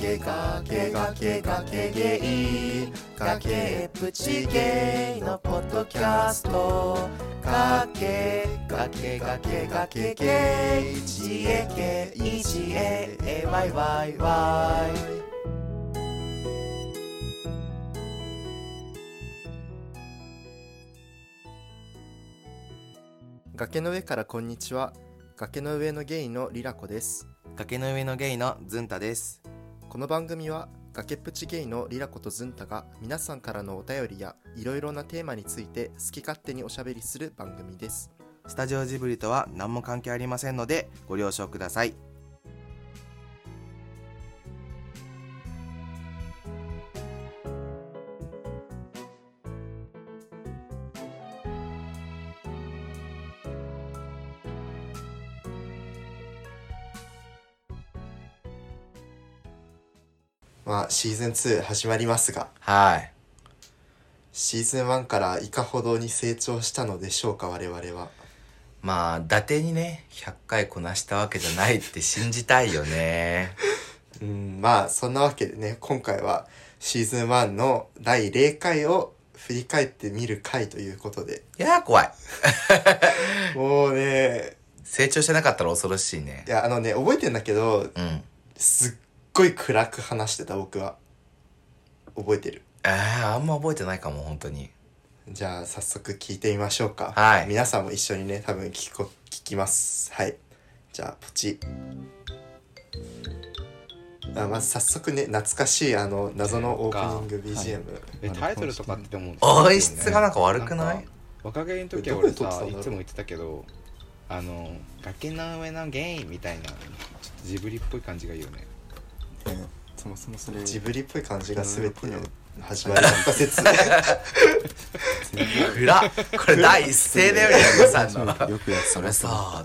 けかけがけがけゲイかけプチゲイのポッドキャストかけかけがけがけゲイ GAKEGAAYYY 崖の上からこんにちは崖の上のゲイのリラコです崖の上のゲイのズンタです。この番組は崖っぷちゲイのリラコとズンタが皆さんからのお便りやいろいろなテーマについて好き勝手におしゃべりする番組ですスタジオジブリとは何も関係ありませんのでご了承ください。まあシーズン2始まりますがはい。シーズン1からいかほどに成長したのでしょうか我々はまあ、伊達にね、100回こなしたわけじゃないって信じたいよ ね。うんまあそんなわけでね今回はシーズン1の第0回を振り返ってみる回ということでいやー怖い。もうね成長してなかったら恐ろしいねい。やあのね覚えてんだけどうん。すっごい暗く話してた僕は覚えてるああ、あんま覚えてないかも、本当に。じゃあ早速聞いてみましょうかはい皆さんも一緒にね多分聞こ聞きますはいじゃあポチあまず早速ね懐かしいあの謎のオープニング BGM、えタイトルとかってでも音質がなんか悪くないんか若気の時はどこ俺で撮ってたさんいだろうつも言ってたけどあの崖の上のゲイみたいなちょっとジブリっぽい感じがいいよねそもそもそれジブリっぽい感じが全ての始まりだ った説暗っこれ第一声だよね、皆さんの。 よくやったそれさ、お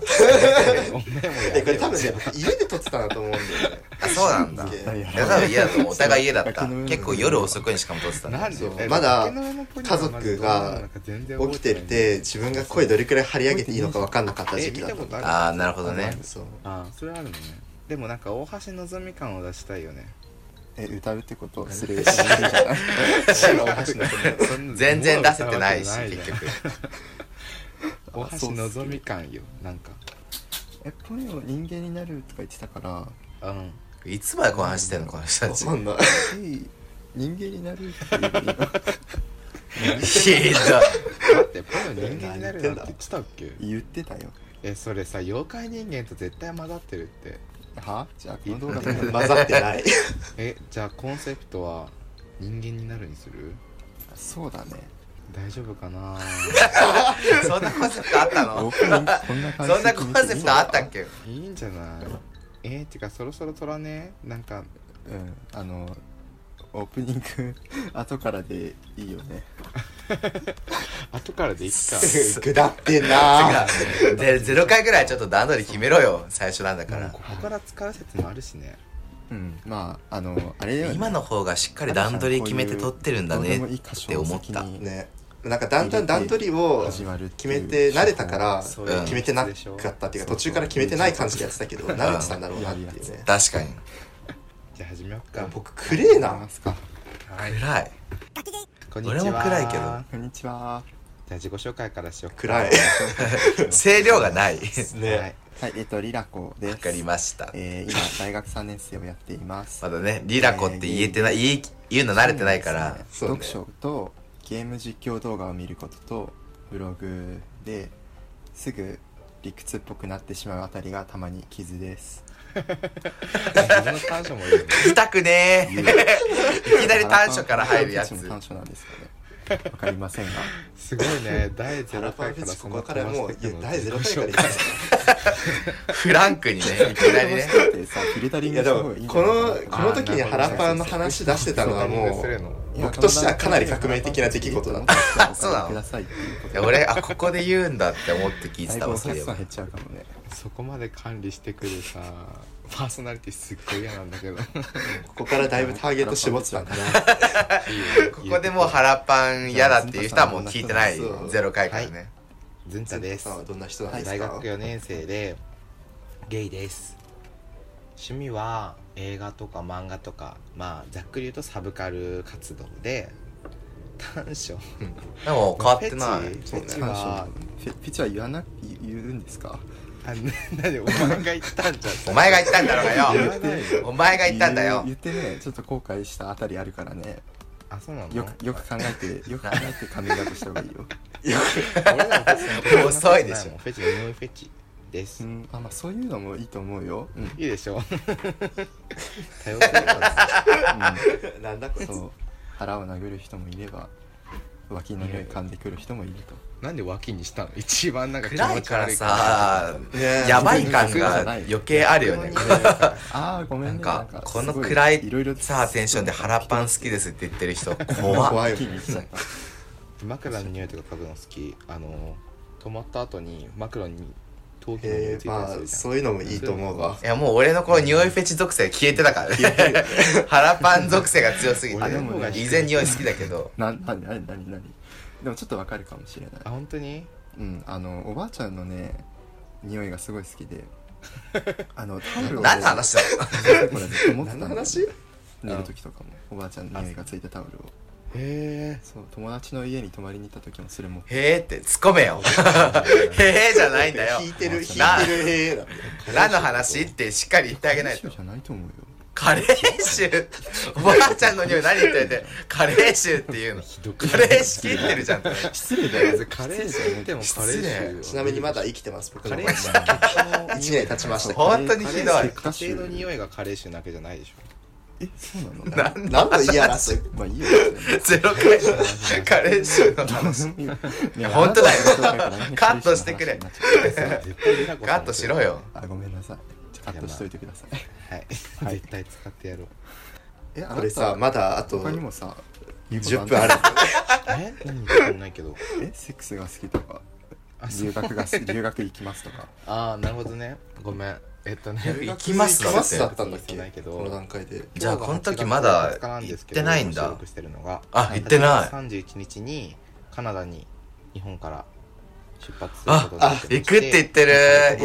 前もやえれよこれ多分ね家で撮ってたなと思うんだよねあ、そうなん だ。いすげえや、多分家だと思う。お互い家だった。結構夜遅くにしかも撮ってたね。なんでそうえまだ崖の上のポニョ家族が起きてなんか全然覚えないて自分が声どれくらい張り上げていいのか分かんなかったえ時期見だったたことあるああ、なるほどね。そうあーそれあるもんねでもなんか大橋のぞみ感を出したい よねえ歌うってことする 大橋のぞみそんな全然出せてないしもう歌うわけない結じゃん局大橋のぞみ感よなんかえポニョ人間になるとか言ってたからうんいつまでこの話してんのこの人たちそんなつい人間になるっていうひ待ってポニョ人間になるなんて言ってたっけ言ってたよえそれさ妖怪人間と絶対混ざってるってはじゃあこの動画で混ざって ないえじゃあコンセプトは人間になるにするそうだね大丈夫かどないそんなコンセプトあったのオープニングこんな感じそんなコンセプトあったっけいいんじゃないえー、てかそろそろ撮らねなんかうんあのオープニング後からでいいよね後からでい っか ぐだってん なで0回ぐらいちょっと段取り決めろよ最初なんだかもうらここから使う説もあるしねうんまああのあれだよね今の方がしっかり段取り決めて撮ってるんだねって思ったねなんかだんだん段取りを始まるって決いめうて慣れたからそういう決めてなかったっていうかう途ん中から決めてない感じでやってたけど慣れてたんだろうなっていうね確かにじゃあ始めよっか僕くれえ行きなますか暗いこんにちは俺も暗いけどじゃこんにち はあ自己紹介からしよっか暗い声量がないはいね、はいえっとリラコですわかりましたえー今大学3年生をやっていますまだねリラコって言えてない言い言うの慣れてないからそうね読書とゲーム実況動画を見ることとブログですぐ理屈っぽくなってしまうあたりがたまに傷です自分の短所もいいよね聞きたくねえいきなり短所から入るやつ あなたたちも短所なんですかねわかりませんがすごい ね第ハラ0パン回フかェらチそこんこなからもう飛ばしてくの第0回からいきますフランクにねいきなりねだってさフィルタリンいグやしでたも方がいいんじこゃないのかこなの時にハラパンの話出してたのはもうう僕としてはかなり革命的な出来事だったたそうなのくださいっていうこといや俺あここで言うんだって思って聞いだていたぶわおそう客いえさばん減っちゃうかもねそこまで管理してくるさパーソナリティすっごい嫌なんだけ どここからだいぶターゲット絞ってたんだなここでもう腹パン嫌だっていう人はもう聞いてないそうゼロ回からね、ずんたですさんはどんな人なんです大か学4年生でゲイです趣味は映画とか漫画とかまあざっくり言うとサブカル活動で短所でも変わってないフェチそうフェチね短所はフェフェチは言わな言言うんですかあななんでお前が言ったんじゃんお前が言ったんだろう言がわよないよお前が言ったんだよ言う言ってねちょっと後悔したあたりあるからねあそうなのよくよく考えてよく考えてカミングアウトした方がいいよ、俺らのフェチなんてもう遅いでしょそんなことなもんフェチノイフェチです、うん、あまあそういうのもいいと思うよ、うんいいで しょ多様性だ なんだこうん、そう腹を殴る人もいれば脇の匂い噛んでくる人もいるとなんで脇にしたの 一番なんか気持ち暗い悪いから感さじやばい感が余計あるよねああごめんなねんかこのすご暗ろろいさテンションで腹パン好きですって言ってる人怖い怖っ気にしちゃった枕の匂いとか嗅ぐの好きあの泊まった後に枕に頭皮の匂いえついー、たまりあすそるういうのもいいと思うわいやもう俺のこの匂いフェチ属性消えてたからね腹パン属性が強すぎて俺の方が低い依然匂い好きだけどななになになになにでもちょっとわかるかもしれないじゃんあ本当にうんあのおばあちゃんのね匂いがすごい好 きであのタオルをね何の話だこれずっと持ってた何んだよの話寝る時とかもおばあちゃんの匂いがついたタオルをへそう友達の家に泊まりに行った時もそれ持ってへーって突っ込めよへーじゃないんだよ引いてる引いてなるへえだって何の話ってしっかり言ってあげないと一緒じゃないと思うよカレー臭おばあちゃんの匂い何言っててカレー臭っていうのひどくカレー仕切ってるじゃん失礼だえよーカレー臭ってもカレー臭ちなみにまだ生きてます僕カのレ場ー合臭の1年経ちましたけど本当にひどい家庭の匂いがカレー臭なわけじゃないでしょえそうなの何何の嫌なすまあいいよゼロ回カレー臭の話いや本当だよあなたの紹介からねカットしてくれカレー臭の話になっちゃった絶対リラコさんガッとしろよあごめんなさいちょカットしといてくださいはいはい絶対使ってやろうえあなたこれさまだあと他にもさ10分あるえ何かわかんないけどえセックスが好きとかあそう留学がす留学行きますとかああなるほどねごめんえっとね行きます行きだまっすだてったんだっそうだけけどこの段階でじゃあこの時まだ行ってないんだあ行ってない三十一日にカナダに日本から出発するあことになあってまして行くって言ってるやここ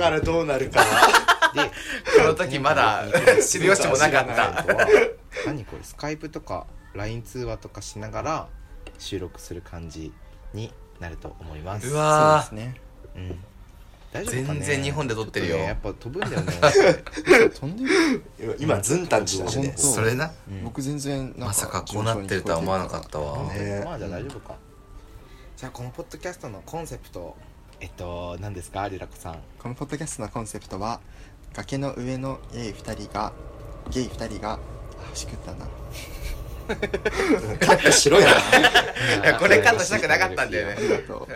だからどうなるかでこの時まだ知る由もなかった何これスカイプとか LINE 通話とかしながら収録する感じになると思いますうわそうですねうん大丈夫か全ね然日本で撮ってるよちょとねやっぱ飛ぶんだ よね飛んでるな今ずんたんちだしね本当それなうん僕全然なんまさかこうなってるとは思わなかったわねまあじゃあ大丈夫か、じゃあこのポッドキャストのコンセプトえっと何ですかリラコさんこのポッドキャストのコンセプトは崖の上のゲイ2人がゲイ2人があしくったなカットしろやいやこれカットしたくなかったんだよねありがと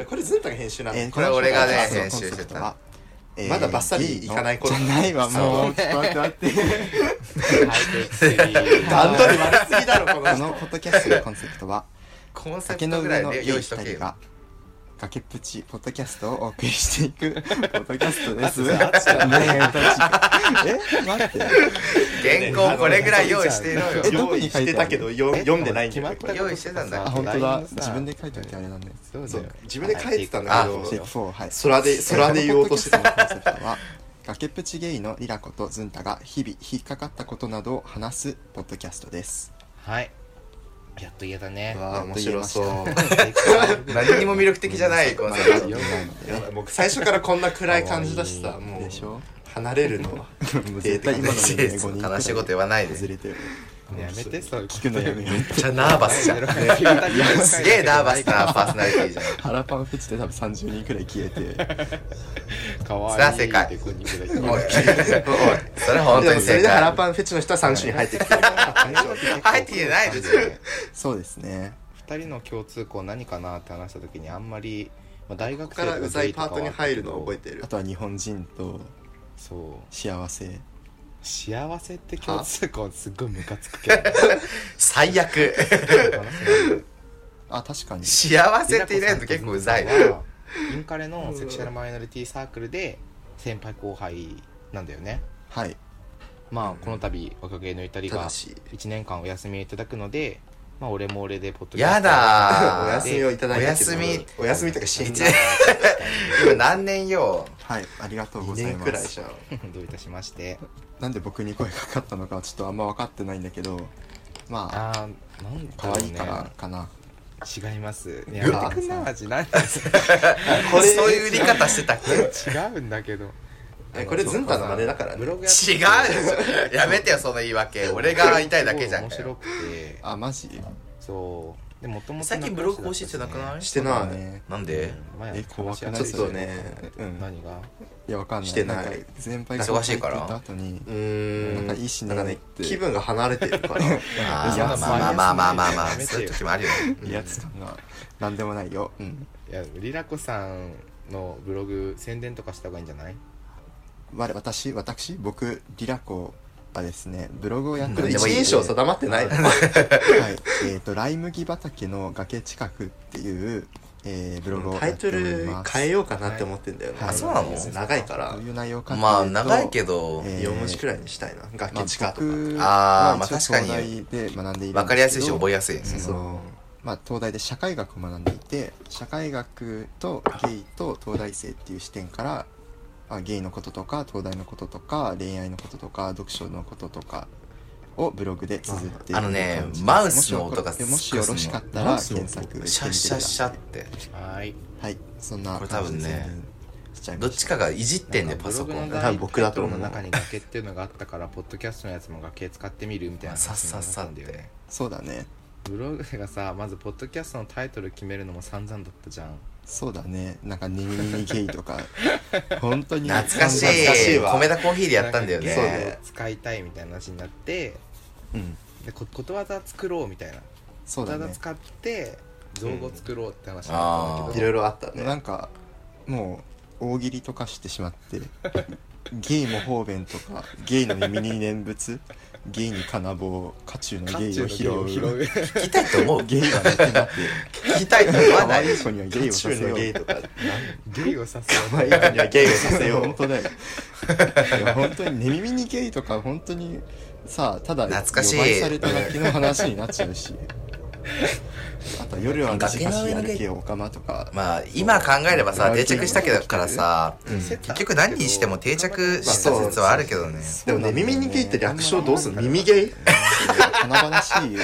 うこれずんたが編集なのえーこれ俺がねこのポッドキャスト編の集してたコンセプトはえーまだバッサリいかない頃ゲイのじゃないわもうちょっと待って待って段取り悪すぎだろこのこのポッドキャストのコンセプ トはコンセ崖プのトぐら上いのゲでイ用意しと2け人よが崖っぷちポッドキャストをお送りして いくポッドキャストです。ねえ、あ確かえ、待って。原稿これぐらい用意していろ よえどこ用に意し書いてあるてたけどよ読んでないんだ決まよねっこたれ用意してたんだあ、本当だ。自分で書いといてあたれなんで。そうだそよう自分で書いてたんだあシけェイどクフォー、はい。空で空で言おうとしてこのたポッドキャストのコンセプトは、崖っぷちゲイのリラコとズンタが日々引っかかったことなどを話すポッドキャストです。はいやっと言えたね わあ面白そう何にも魅力的じゃないコンまセプだ読んでないのでやね。ばいもう最初からこんな暗い感じだしさもうでし ょ離れるのはもう絶 対今のでね5人くらト悲しいこと言わないで外れてる。やめてそう聞聞くのやめよう。めっちゃナーバスじゃんすげえナーバスなパーソナリティじゃん腹パンフェチで多分30人くらい消えてかわいいさあ正解ってこに おいそれ本で当もにそれ 正で腹解パンフェチの人は3種に入ってきてる入ってきてないですよそうですね二人の共通項何かなって話した時にあんまり、まあ、大学ここ生からうざいパートに入るのをを覚えてるあとは日本人とそう幸せ幸せって共通項すっごいムカつくけ ど最悪 話せないあ確かに幸せって入れると結構うざいなインカレのセクシャルマイノリティサークルで先輩後輩なんだよねはいまあこの度若気の至りが正しい1年間お休みいただくのでまあ俺も俺でポッドキャストやだーお休みをいただいたけおど休みお休みとか死ん一だ年今何年よはいありがとうご2ざい年まくらいすじゃんどういたしましてなんで僕に声がかかったのかはちょっとあんま分かってないんだけどまああーなんだ可ろう愛いねからかな違いますやめてくんなマジなんでこれそういう売り方してたっけ違うんだけどえこれズンタの真似だからブねログやっ違うでしょやめてよその言い訳俺が言いたいだけじ ゃん面か白よくてあマジそうでもともと最近ブログ更新してなくないいしてないねなんでえ怖くないちちょっとょっとねねうん何がいやわかんないしてないんか先輩忙しいから後輩と言った後にうーんなんかいいシーンなんかね気分が離れてるからまあいやまあまあまあまあまあまあやめてよそういう時もあるよね威圧感がなんでもないようんいやリラコさんのブログ宣伝とかした方がいいんじゃない我私私僕リラコはですねブログをやってうるん一人称定まってないのはい、えっ、とライ麦畑の崖近くっていう、えーブログをタやイっトておりルます。変えようかなって思ってんだよねはいあそうなの長いからどういう内容かっていうとまあ長いけどえー4文字くらいにしたいなま崖あ地下とか僕あーまあ一確応かに東大で学んでいるんですけど分かりやすいし覚えやすいですねそのまあ、東大で社会学を学んでいて社会学とゲイと東大生っていう視点から、まあ、ゲイのこととか東大のこととか恋愛のこととか読書のこととかをブログで綴っているあのね感じですマウスの音がもしよもしよろしかったらマウスの音検索してみてくだシャさッいシャッシャってはいはいそんなこれ多分ね感じで宣伝しちゃいましどたっちかがいじってんねパソコなンんかブログの多分僕だと思うタイトルの中に崖っていうのがあったからポッドキャストのやつも崖使ってみるみたいなさっさっさっ話になったんだよてねそうだねブログがさまずポッドキャストのタイトル決めるのも散々だったじゃんそうだねなんか「ニミニミゲイ」とか 本当に懐かしい懐かしいわ米田コーヒーでやったんだよなんかゲームねを使いたいみたいな話になってうんでこことわざ作ろうみたいなそうだただね使って造語作ろうって話になったんだけいど、ろいろあったねなんかもう大喜利とかしてしまってゲイも方便とかゲイの耳に念仏ゲイに金棒渦中のカゲッチイュをー拾のうゲイを拾う聞きたいと 思うゲイがなくなって 聞きたいと思わ可ない愛い子にはゲイをさせよのうゲイとかなんゲイを指すよまあいい子にはゲイをさせよ 本う当だよいや本当に寝耳にゲイとか本当にさあただ懐かしい呼ばれされただけの話になっちゃうしあと夜は短し歩けよおかまとかまあ今考えればさ定着したけどからさうん結局何にしても定着した説はあるけどねでもね耳にゲイって略称どうすんの耳ゲイ華々しい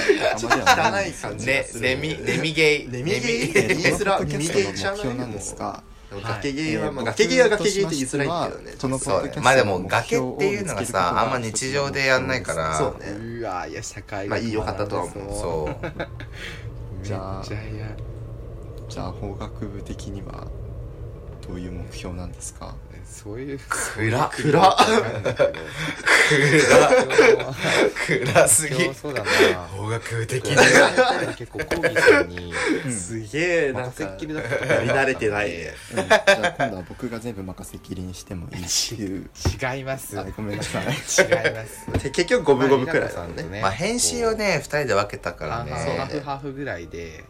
おかまではないちょっと汚い感じねネミネミゲイネミゲイネ言いづらポッドキャストの目標なんですがでもはい崖ゲイは、まあ、えー崖ゲイは崖ゲイって言いづらいけどね僕としましてはそうね まあでも崖っていうのがさあんま日常でやんないからそううねわーいや社会まあいいよかったとは思う そうめっちじゃあゃ嫌じゃあ法学部的にはどういう目標なんです かそういう暗暗っ 暗すぎ今日そうだな方角的いやでも結構コーギーさんにすげえなん任せかっきりやだったり慣れてないねうんじゃあ今度は僕が全部任せきりにしてもいいっていう違います違あいごめん なさいますて結局五分五分くらいだもんね まあ返信をね2人で分けたから半ねハーフハーフぐらいで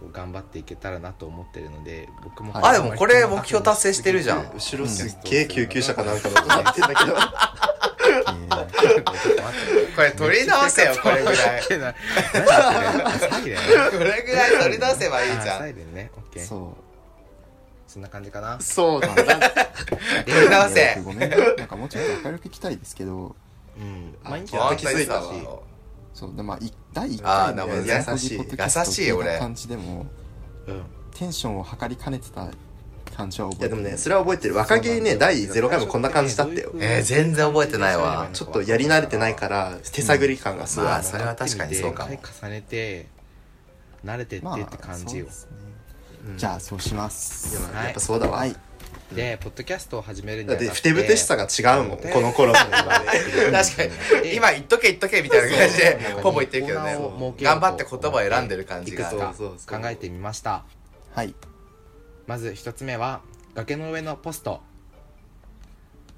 こう頑張っていけたらなと思ってるので僕もあでもこれ目標達成してるじゃん後ろすっげえ救急車かなんかのこと言ってんだけどえーこれ取り直 せよこれぐらい何それサイレンこれぐらい取り直せばいいじあゃサんイレンねオッケーそそんな感じかなそうだな取りう直えせーごめんなんかもうちょっと明るく聞きたいですけどうん毎日あや本っ気て当づにいたわそうでまあい第1あー回のなるほどザンコ優ギしいポッドキャストを優しいよ聞いた俺感じでもうんテンションを測りかねてた感じは覚いやでえてもるねそれは覚えてる若芸ね第0回もこんな感じだったよえー全然覚えてないわちょっとやり慣れてないから手探り感がすごいまああるそれは確かにそうかも一回重ねて慣れてってまあって感じよ、そうですねじゃあそうしますいややっぱそうだわ、はいでポッドキャストを始めるんじだゃっなくててふてぶてしさが違うもんこの 頃の確かに今言っとけ言っとけみたいな感じでそうポポ言ってるけどねコーナーを設けよう頑と張って言葉を選んでる感じがそう考えてみましたはいまず一つ目は崖の上のポスト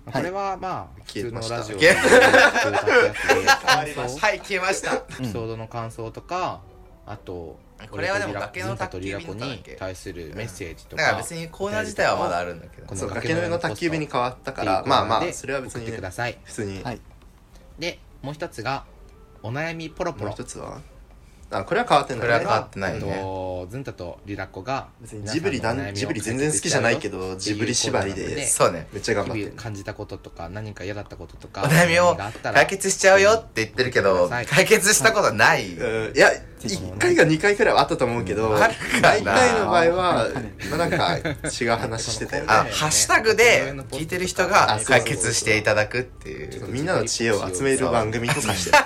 まあはこいれはまあ普消え通のまラしジたオの消え変わりましはい消えましたエピソードの感想とかあとこれはでも俺と崖の宅急リラ便リとかラコだっにけ対するメッセージとだかから別にコーナー自体はまだあるんだけどこそう崖の上の宅急便に変わったってかいうコらーナーまあまであそれは別送っにてくだねさい普通に、はいでもう一つがお悩みポロポもうロ一つはあこれは変わってないこれは変わってないえっねとズンタとリラッコが別にジブリだんジブリ全然好きじゃないけどジブリ縛りでねそうねめっちゃ頑張っ日て々る感じたこととか何か嫌だったこととかお悩みをがあったら解決しちゃうよって言ってるけどはい解決したことない、うんいや1回か2回くらいはあったと思うけどうんあるかな大体の場合はまあなんか違う話してたよねあハッシュタグで聞いてる人があそうそう解決していただくっていちょっうとみんなの知恵を集める番組とかしてる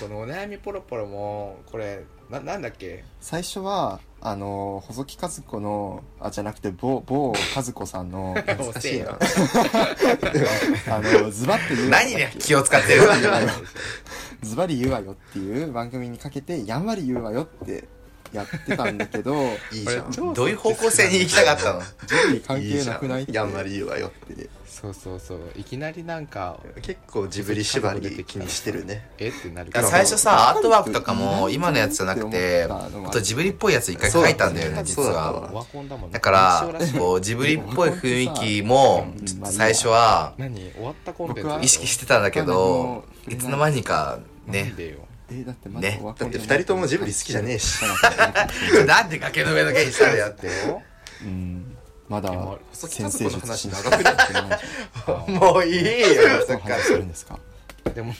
このお悩みポロポロもこれななんだっけ最初はあの細木和子のあじゃなくて某某和子さんの懐かしいなあのズバッと言うわ何よに気を使ってるズバリ言うわよっていう番組にかけてやんわり言うわよってやってたんだけどいいいいじゃんどういう方向性に行きたかったのジブリ関係なくないってやんわり言うわよってそうそうそういきなりなんか結構ジブリ縛り気にしてるねえってなるいや最初さアートワークとかも今のやつじゃなくてあとジブリっぽいやつ一回書いたんだよね実そうだったはわワコンだもんねだか一緒らしいこうジブリっぽい雰囲気もちょっと最初は何終わったコンテン僕はツ意識してたんだけどいつの間にかねねでよえだってまねだって2人ともジブリ好きじゃねえしなんで崖の上の芸にしたんだよってうんまだでも細木先和子生の術話し 長くなってないもういいよその話するんですかでも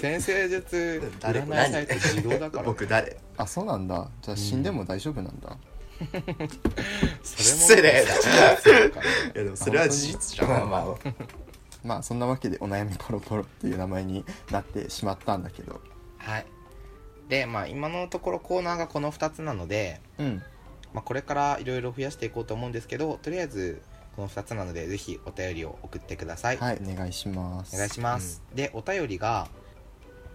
先生術誰占いサイト自動だからね僕誰あそうなんだじゃあ死んでも大丈夫なんだ、それも失礼だそうかいやでもそれは事実じゃんまあまあまあそんなわけで「お悩みポロポロ」っていう名前になってしまったんだけどはいでまあ今のところコーナーがこの2つなので、うんまあ、これからいろいろ増やしていこうと思うんですけどとりあえずこの2つなのでぜひお便りを送ってください、はいお願いしますお願いします、でお便りが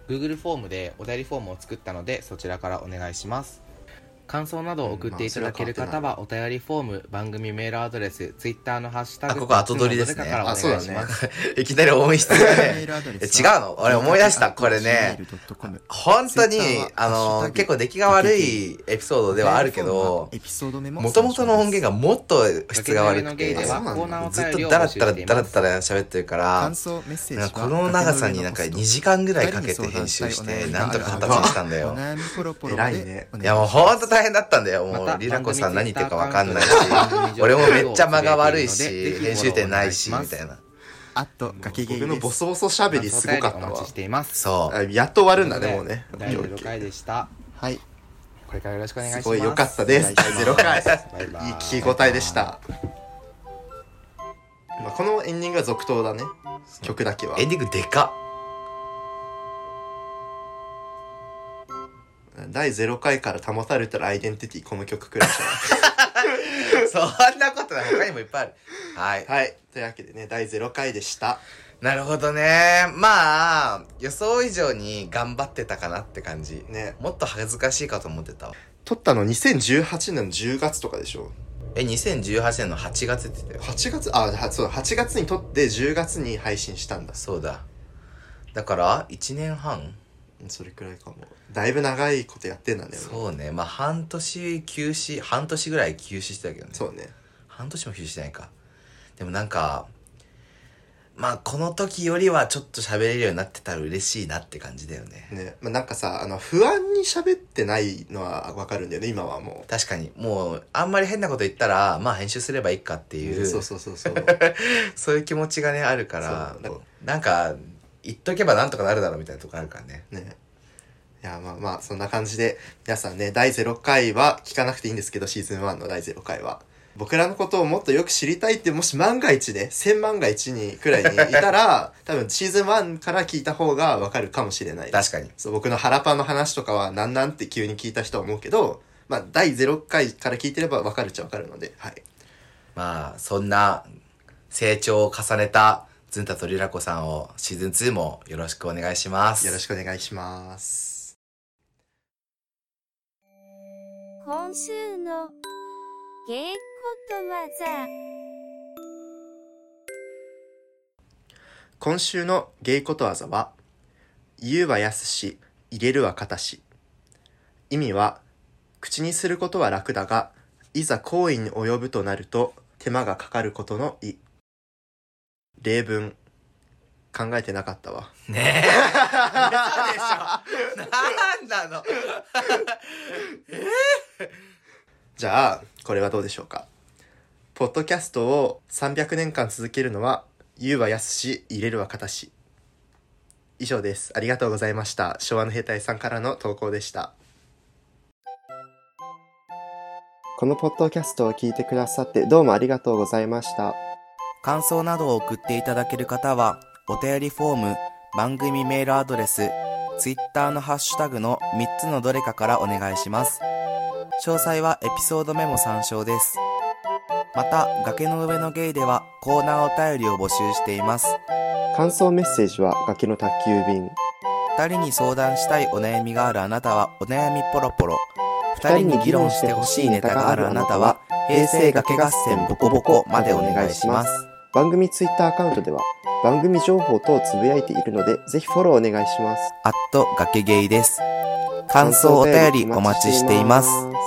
Google フォームでお便りフォームを作ったのでそちらからお願いします感想などを送っていただける方はお便りフォーム番組メールアドレス Twitter のハッシュタグあここ後取りですねどれかからお願いしあますそうだねいきなり音質がねえ違うの俺思い出したこれね本当に Twitter はハあッシュタのグ結構出来が悪いエピソードではあるけどエピソードメモもともとの音源がもっと質が悪くて崖の上のゲイではずコーナーおっ便とりをダラ募ッ集ダラしてッいダラまッすダラ喋ってるから感想メッセーなんジかこの長さになんか2時間ぐらいかけて編集してなんとか形にしたんだおよ悩みポロポロ偉いねいやもうほんと大変だったんだよもまたうリラコさん何言ってるかわかんないし番組 Twitter 俺もめっちゃ間が悪いしぜひフォローお願編い集点ないししまみすたいなあとガケゲイ僕でのすボソボソ喋りすごかっおた待わちしていますそうあやっと終わるんだねもうね第0回でしたはいこれからよろしくお願いしますすごい良かったです第0回バイバイいい聞き応えでしたまあこのエンディングは続投だね曲だけはエンディングでか第0回から保たれたらアイデンティティこの曲くらいじっ そんなことない他にもいっぱいあるはいゃないはいというわけでね第0回でしたなるほどねまあ予想以上に頑張ってたかなって感じねもっと恥ずかしいかと思ってたわ撮ったの2018年の10月とかでしょえ2018年の8月って言ってたよ8月あはそう8月に撮って10月に配信したんだそうだだから1年半それくらいかもだいぶ長いことやってんだねもうそうねまあ半年休止半年ぐらい休止してたけどねそうね半年も休止してないかでもなんかまあこの時よりはちょっと喋れるようになってたら嬉しいなって感じだよねね、まあ、なんかさあの不安に喋ってないのはわかるんだよね今はも確かにもうあんまり変なこと言ったらまあ編集すればいいかってう、いう、そうそうそうそう そういう気持ちがねあるからそうなんか言っとけばなんとかなるだろうみたいなとこあるからねねいやまあまあそんな感じで皆さんね第0回は聞かなくていいんですけどシーズン1の第0回は僕らのことをもっとよく知りたいってもし万が一ね千万が一にくらいにいたら 多分シーズン1から聞いた方がわかるかもしれない確かにそう僕の腹パンの話とかはなんなんって急に聞いた人は思うけどまあ第0回から聞いてればわかるっちゃわかるのではいまあそんな成長を重ねたズンタとリラコさんをシーズン2もよろしくお願いしますよろしくお願いします今週の芸ことわざ今週の芸ことわざは、言うは安し、入れるは堅し。意味は、口にすることは楽だが、いざ行為に及ぶとなると、手間がかかることの意。例文。考えてなかったわねえ嘘で しょなんなのじゃあこれはどうでしょうかポッドキャストを300年間続けるのは言うはやすし入れるはかたし以上ですありがとうございました昭和の兵隊さんからの投稿でしたこのポッドキャストを聞いてくださってどうもありがとうございました感想などを送っていただける方は、お便りフォーム、番組メールアドレス、ツイッターのハッシュタグの3つのどれかからお願いします。詳細はエピソードメモ参照です。また、崖の上のゲイではコーナーお便りを募集しています。感想メッセージは崖の宅急便二人に相談したいお悩みがあるあなたはお悩みポロポロ。二人に議論してほしいネタがあるあなたは、平成崖合戦ボコボコまでお願いします。番組ツイッターアカウントでは番組情報等をつぶやいているのでぜひフォローお願いしますアットガケゲイです。感想お便りお待ちしています。す